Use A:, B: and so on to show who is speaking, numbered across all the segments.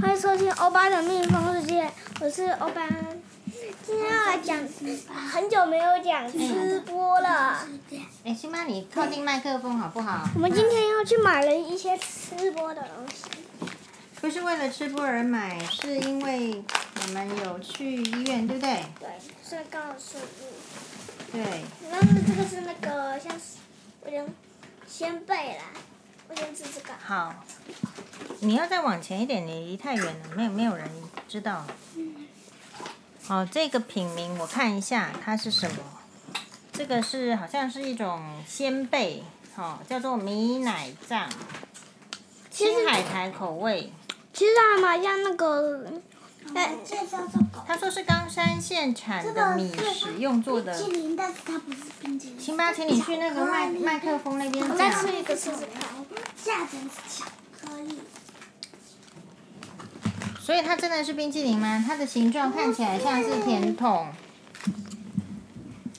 A: 欢迎收听欧巴的蜜蜂世界，我是欧巴。今天要来讲，很久没有讲吃播了。
B: 哎，辛巴，你靠近麦克风好不好？
A: 我们今天要去买了一些吃播的东西。
B: 不是为了吃播而买，是因为我们有去医院，对不对？
A: 对，是告诉你，
B: 对，
A: 然后这个是那个像是我先先背啦，我先吃这个。
B: 好。你要再往前一点，你离太远了，没有没有人知道。好，这个品名我看一下，它是什么？这个是好像是一种鲜贝，哦，叫做米奶藏，
A: 其实
B: 青海苔口味。
A: 其实还蛮像那个，
C: 哎，这叫做狗。
B: 他说是冈山县产的米食用做的。
C: 冰淇淋，但是它不是冰淇淋。
B: 辛巴，请你去那个麦麦克风那边
A: 我再
B: 讲。
A: 吃一个试试看。
C: 下层是巧克力，
B: 所以它真的是冰淇淋吗？它的形状看起来像是甜筒，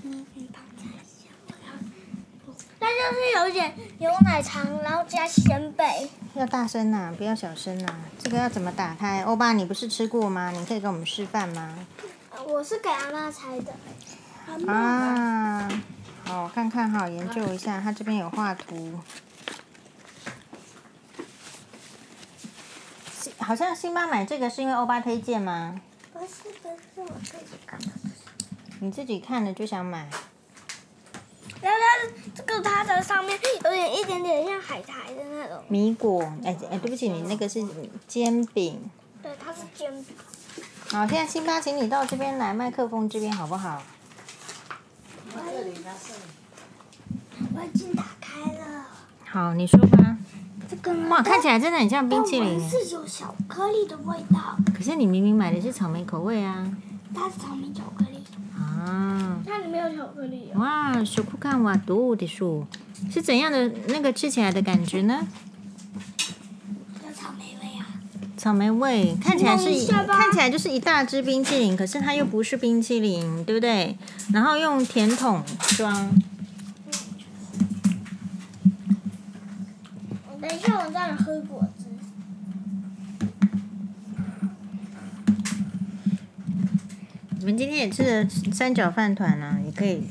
C: 嗯，你帮我一下。
A: 它就是有一点牛奶糖，然后加鲜贝。
B: 要大声呐、不要小声呐、这个要怎么打开？欧巴，你不是吃过吗？你可以给我们示范吗？
A: 呃我是给阿妈拆的。
B: 啊，好，我看看哈，研究一下，它这边有画图。是好像辛巴买这个是因为欧巴推荐吗？
C: 不是不是，我自己搞的。
B: 你自己看了就想买，
A: 然后它这个它的上面有点一点点像海苔的那种，
B: 米果，哎哎，对不起，你那个是煎饼。
A: 对，它是煎饼。
B: 好，现在辛巴，请你到这边来，麦克风这边好不好？
C: 我已经打开了。
B: 好，你说吧。
C: 这个呢？
B: 哇，看起来真的很像冰淇淋
C: 但我们
B: 耶。
C: 是有巧克力的味道，
B: 可是你明明买的是草莓口味啊。
C: 它是草莓巧克力。
B: 啊，
A: 它里面有巧克力、哦。
B: 哇，手库看瓦多的树是怎样的那个吃起来的感觉呢？
C: 有草莓味啊！
B: 草莓味，看起来是
A: 弄一下吧
B: 看起来就是一大支冰淇淋，可是它又不是冰淇淋，对不对？然后用甜筒装，
A: 等一下，我再来喝果汁。
B: 我们今天也吃了三角饭团啊，你可以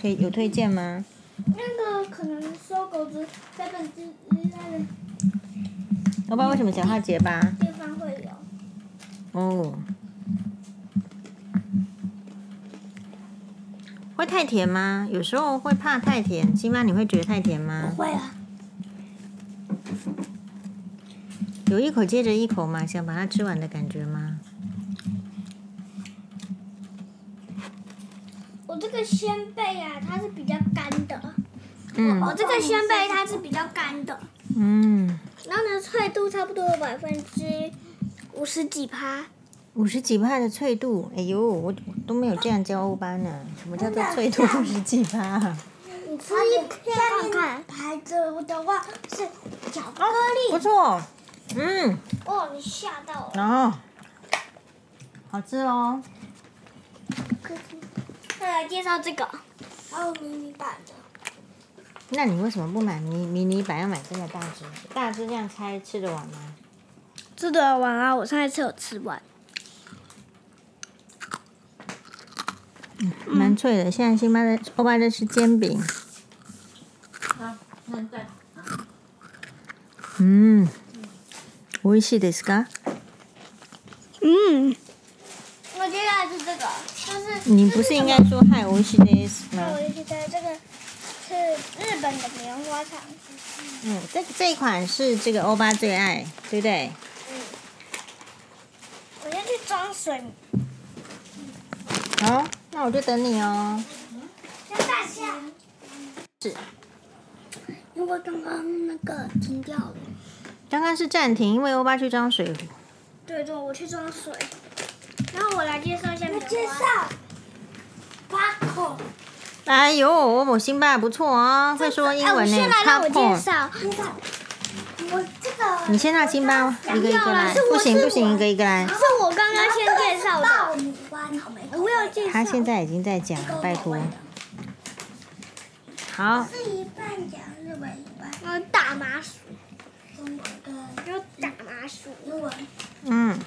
B: 推有推荐吗？
A: 那个可能搜狗汁在本地那的
B: 老板为什么讲话结巴？
A: 地方会有。
B: 哦，会太甜吗？有时候会怕太甜，辛巴你会觉得太甜
C: 不
B: 吗？
C: 会啊，
B: 有一口接着一口嘛，想把它吃完的感觉吗？
A: 我这个鲜贝啊，它是比较干的。我
B: 嗯
A: 这个鲜贝它是比较干的，
B: 嗯，
A: 然后呢，脆度差不多有百分之五十几趴。
B: 五十几帕的脆度，哎呦，我都没有这样教欧巴呢。什么叫做脆度五十几帕啊？
A: 你吃
C: 它
A: 一
C: 的
A: 片啊
C: 下
A: 看
C: 面
A: 看。
C: 牌子的话是巧克
B: 哦，不错，嗯，
A: 哦，你吓到了。
B: 然、后好吃哦。
C: 力，
A: 再来介绍这个，
B: 啊
C: 还有迷你版的。
B: 那你为什么不买迷迷你版，要买这个大只？大只这样拆吃得完吗？
A: 吃得完啊！我上一次有吃完。
B: 蛮脆的。现在辛巴在欧巴在吃煎饼。嗯，美味しいですか？
A: 嗯。我接下来是这个，就是
B: 你不是应该说嗨，美味しいです
A: 那
B: 吗
A: 我？就觉得这个是日本的棉花糖，
B: 嗯，这这一款是这个欧巴最爱，对不对？
A: 我先去装水。
B: 好，那我就等你哦。
A: 那大虾，
B: 是，
C: 因为刚刚那个停掉了。
B: 刚刚是暂停，因为欧巴去装水壶。
A: 对对，我去装水。然后我来介绍一下
C: 我
A: 棉
C: 介
A: 花
C: 绍
A: 糖。
C: 八口，
B: 哎呦，我辛巴不错哦，会说英
A: 哎我
B: 文呢。
A: 先来让我
B: Popcorn
A: 介绍，
C: 介绍我这个
B: 你先让辛巴一个一个来
A: 是，我
B: 不行
A: 是
B: 不行，
A: 我
B: 一个一个来。
A: 是我刚刚先介绍的，
C: 爆米花草莓口味，
A: 我有介绍。
B: 他现在已经在讲了，拜托。好，
C: 是一半讲日文，一半
A: 呃大麻薯，
C: 中文跟
A: 就打麻薯。
C: 英文
B: 嗯，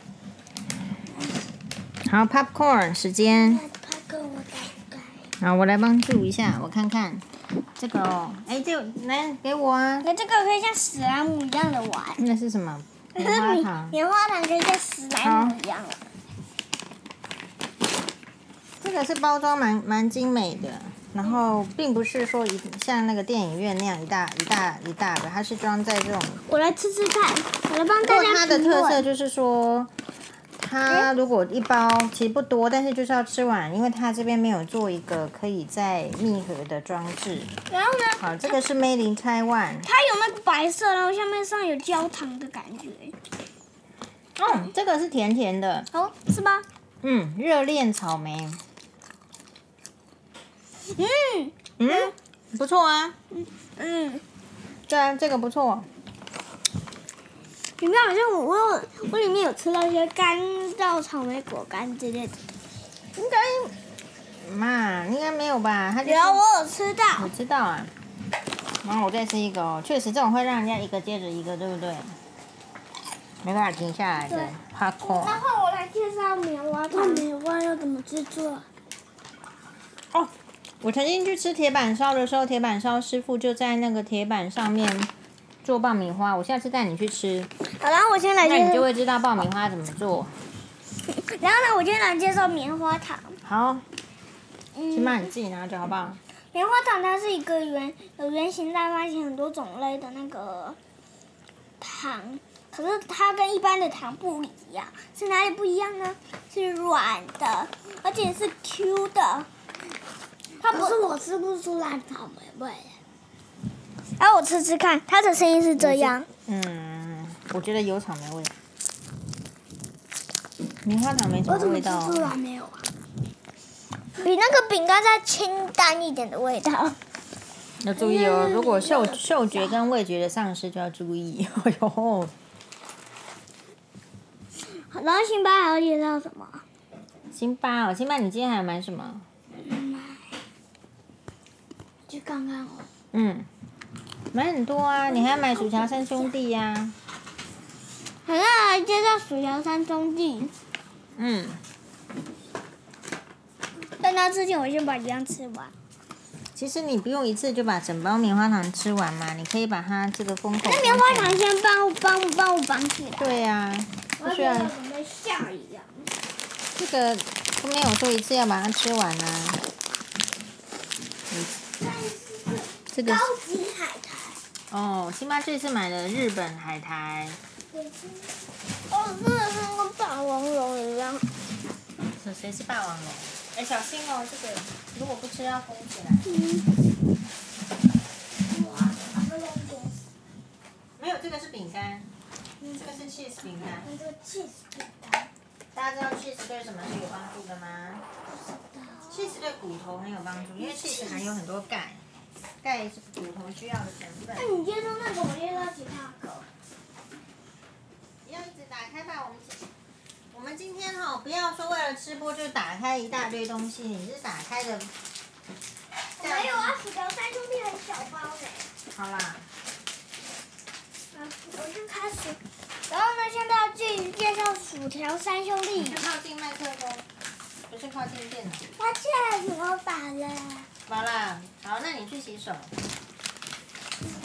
B: 好，popcorn 时间。
C: 他他跟我打改。
B: 好，我来帮助一下，我看看这个哦，哎，这来给我啊，
A: 那这个可以像史莱姆一样的玩，
B: 那是什么？
A: 可
B: 棉
A: 是
B: 花
A: 棉
B: 糖。
A: 棉花糖可以像史莱姆一样玩。
B: 这个是包装蛮蛮精美的，然后并不是说一像那个电影院那样一大一大一大的，它是装在这种。
A: 我来吃吃看，我来帮
B: 不过它的特色就是说，它如果一包其实不多，但是就是要吃完，因为它这边没有做一个可以再密合的装置。
A: 然后呢，
B: 好，这个是 Made in Taiwan。
A: 它有那个白色，然后下面上有焦糖的感觉。
B: 嗯，这个是甜甜的，
A: 哦，是吧？
B: 嗯，热恋草莓，
A: 嗯
B: 嗯，不错啊，
A: 嗯，
B: 对啊，这个不错。
A: 里面好像我我有我里面有吃到一些干燥草莓果干之类的，
B: 应该，妈，应该没有吧？它就是
A: 有我有吃到，
B: 我知道啊。然后我再吃一个哦，确实这种会让人家一个接着一个，对不对？没办法停下来的
A: 对，
B: 怕空。
A: 后我来介绍棉花
C: 那梅花要怎么制作？
B: 哦，我曾经去吃铁板烧的时候，铁板烧师傅就在那个铁板上面做爆米花。我下次带你去吃，
A: 好，然后我先来
B: 那
A: 介
B: 你就
A: 绍，
B: 会知道爆米花怎么做。
A: 然后呢，我先来介绍棉花糖。
B: 好，起
A: 嗯，
B: 码你自己拿着好不好？
A: 棉花糖它是一个圆有圆形、大方形很多种类的那个糖，可是它跟一般的糖不一样，是哪里不一样呢？是软的，而且是 Q 的。它不
C: 可
A: 是
C: 是，我吃不出来草
A: 欸
C: 莓味。
A: 然啊后我吃吃看，它的声音是这样。
B: 嗯，我觉得有草莓味，棉花糖没什
C: 我
B: 么
C: 怎么
B: 味
C: 吃
B: 道哦。
C: 出来没有啊？
A: 比那个饼干再清淡一点的味道。
B: 要注意哦，如果嗅嗅觉跟味觉的丧失就要注意。 哎呦，
A: 然后辛巴还要介绍什么？啊
B: 辛巴哦，辛巴，你今天还买什么？
C: 去看看哦。
B: 嗯，买很多啊，你还买薯条三兄弟呀、
A: 好像还介绍薯条三兄弟。
B: 嗯，
A: 但那之前我先把一样吃完。
B: 其实你不用一次就把整包棉花糖吃完嘛，你可以把它这个封口。
A: 那棉花糖。先帮我帮我帮我绑起来。
B: 对呀、不需要
A: 准备下一样。
B: 这个都没有说一次要把它吃完啊。嗯这个是
C: 级海苔。
B: 哦，辛巴这次买的日本海苔，
A: 哦，真的是跟霸王龙一样。
B: 是谁是霸王龙？哎，小心哦，这个如果不吃要封起来。没有，这个是饼干，这个是 cheese 饼干。大家知道 cheese 对什么是有帮助的吗？cheese 对骨头很有帮助，因为 cheese 含有很多钙，钙是骨头需要的成分。
A: 你介绍那个，我介绍其他个。
B: 不要一直打开吧，我们今我们今天哈、不要说为了吃播就打开一大堆东西，你是打开的。
A: 还有啊，薯条三兄弟很小包呢。
B: 好啦，
A: 我就开始。然后呢，现在要介介绍薯条三兄
B: 你
A: 弟
B: 是。靠近麦克风，不是靠近电脑。
A: 他竟然有打了。
B: 好啦，好，那你去洗手。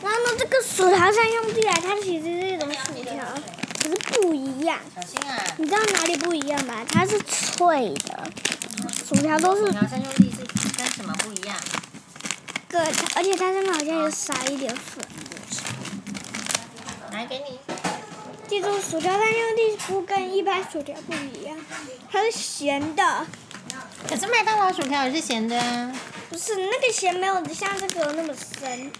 A: 然后呢，这个薯条三兄弟啊，它其实是一种薯条，可是不一样。
B: 小心啊！
A: 你知道哪里不一样吗？它是脆的，薯条都
B: 薯
A: 是
B: 条三兄弟是跟什么不一样？
A: 个，而且它上面好像有撒一点粉。
B: 来给你。
A: 记住，薯条三兄弟不跟一般薯条不一样，它是咸的，
B: 可是麦当劳薯条也是咸的啊，
A: 不是那个咸没有像这个那么深，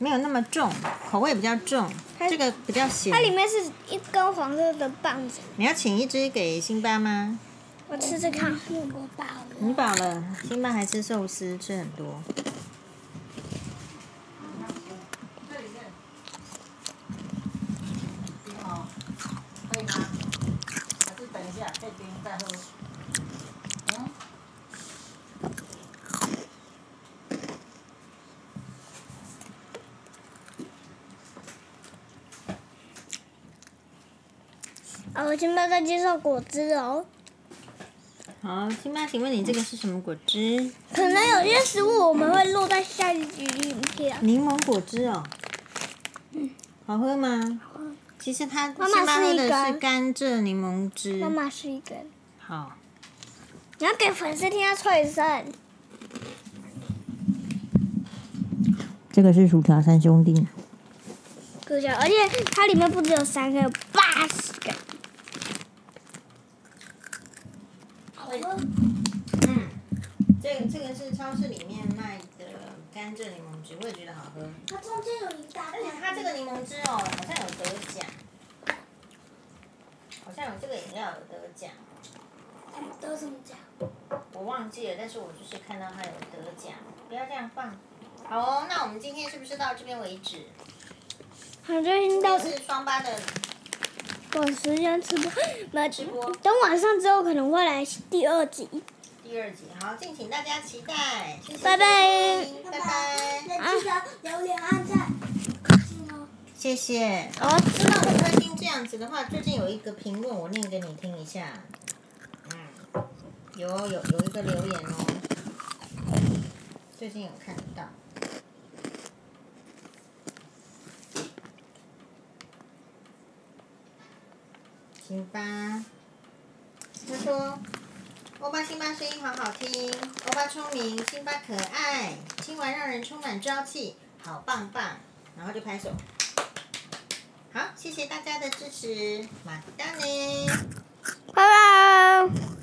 B: 没有那么重，口味比较重，
A: 它
B: 这个比较咸
A: 它。里面是一根黄色的棒子。
B: 你要请一只给辛巴吗？
A: 我吃吃看，
C: 我饱了。
B: 你饱了，辛巴还吃寿司，吃很多。
D: 可以吗？还是等一下再冰再喝？嗯？
A: 好，请爸爸介绍果汁哦。
B: 好，亲妈，请问你这个是什么果汁？
A: 可能有些食物我们会录在下一集影片。
B: 柠檬果汁哦。好喝吗？其实它
A: 妈妈
B: 亲妈
A: 试
B: 喝
A: 一
B: 的
A: 根
B: 是甘蔗柠檬汁。
A: 妈妈是一根，
B: 好，
A: 你要给粉丝听他脆声。
B: 这个是薯条三兄弟。
A: 够香，而且它里面不只有三个，有八十个。
B: 嗯，这个这个是超市里面卖的甘蔗柠檬汁，我也觉得好喝。
C: 它中间有一大
B: 而且它这个柠檬汁哦，好像有得奖，好像有这个饮料有得奖，
C: 嗯都怎么讲？
B: 我忘记了，但是我就是看到它有得奖。不要这样放。好哦，那我们今天是不是到这边为止？
A: 好，就先到
B: 这是双八的
A: 短时间吃播，那
B: 直播
A: 等晚上之后可能会来第二集。
B: 第二集，好，敬请大家期待。谢谢
A: 拜拜
B: 收听拜拜，
C: 那记得留言、按赞、进哦。
B: 谢谢。
A: 好，
B: 哦知道很开心这样子的话，最近有一个评论，我念给你听一下。嗯，有有有一个留言哦，最近有看到。辛巴，他说：“欧巴辛巴声音好好听，欧巴聪明，辛巴可爱，听完让人充满朝气，好棒棒。”然后就拍手。好，谢谢大家的支持，马丹呢。
A: 拜拜。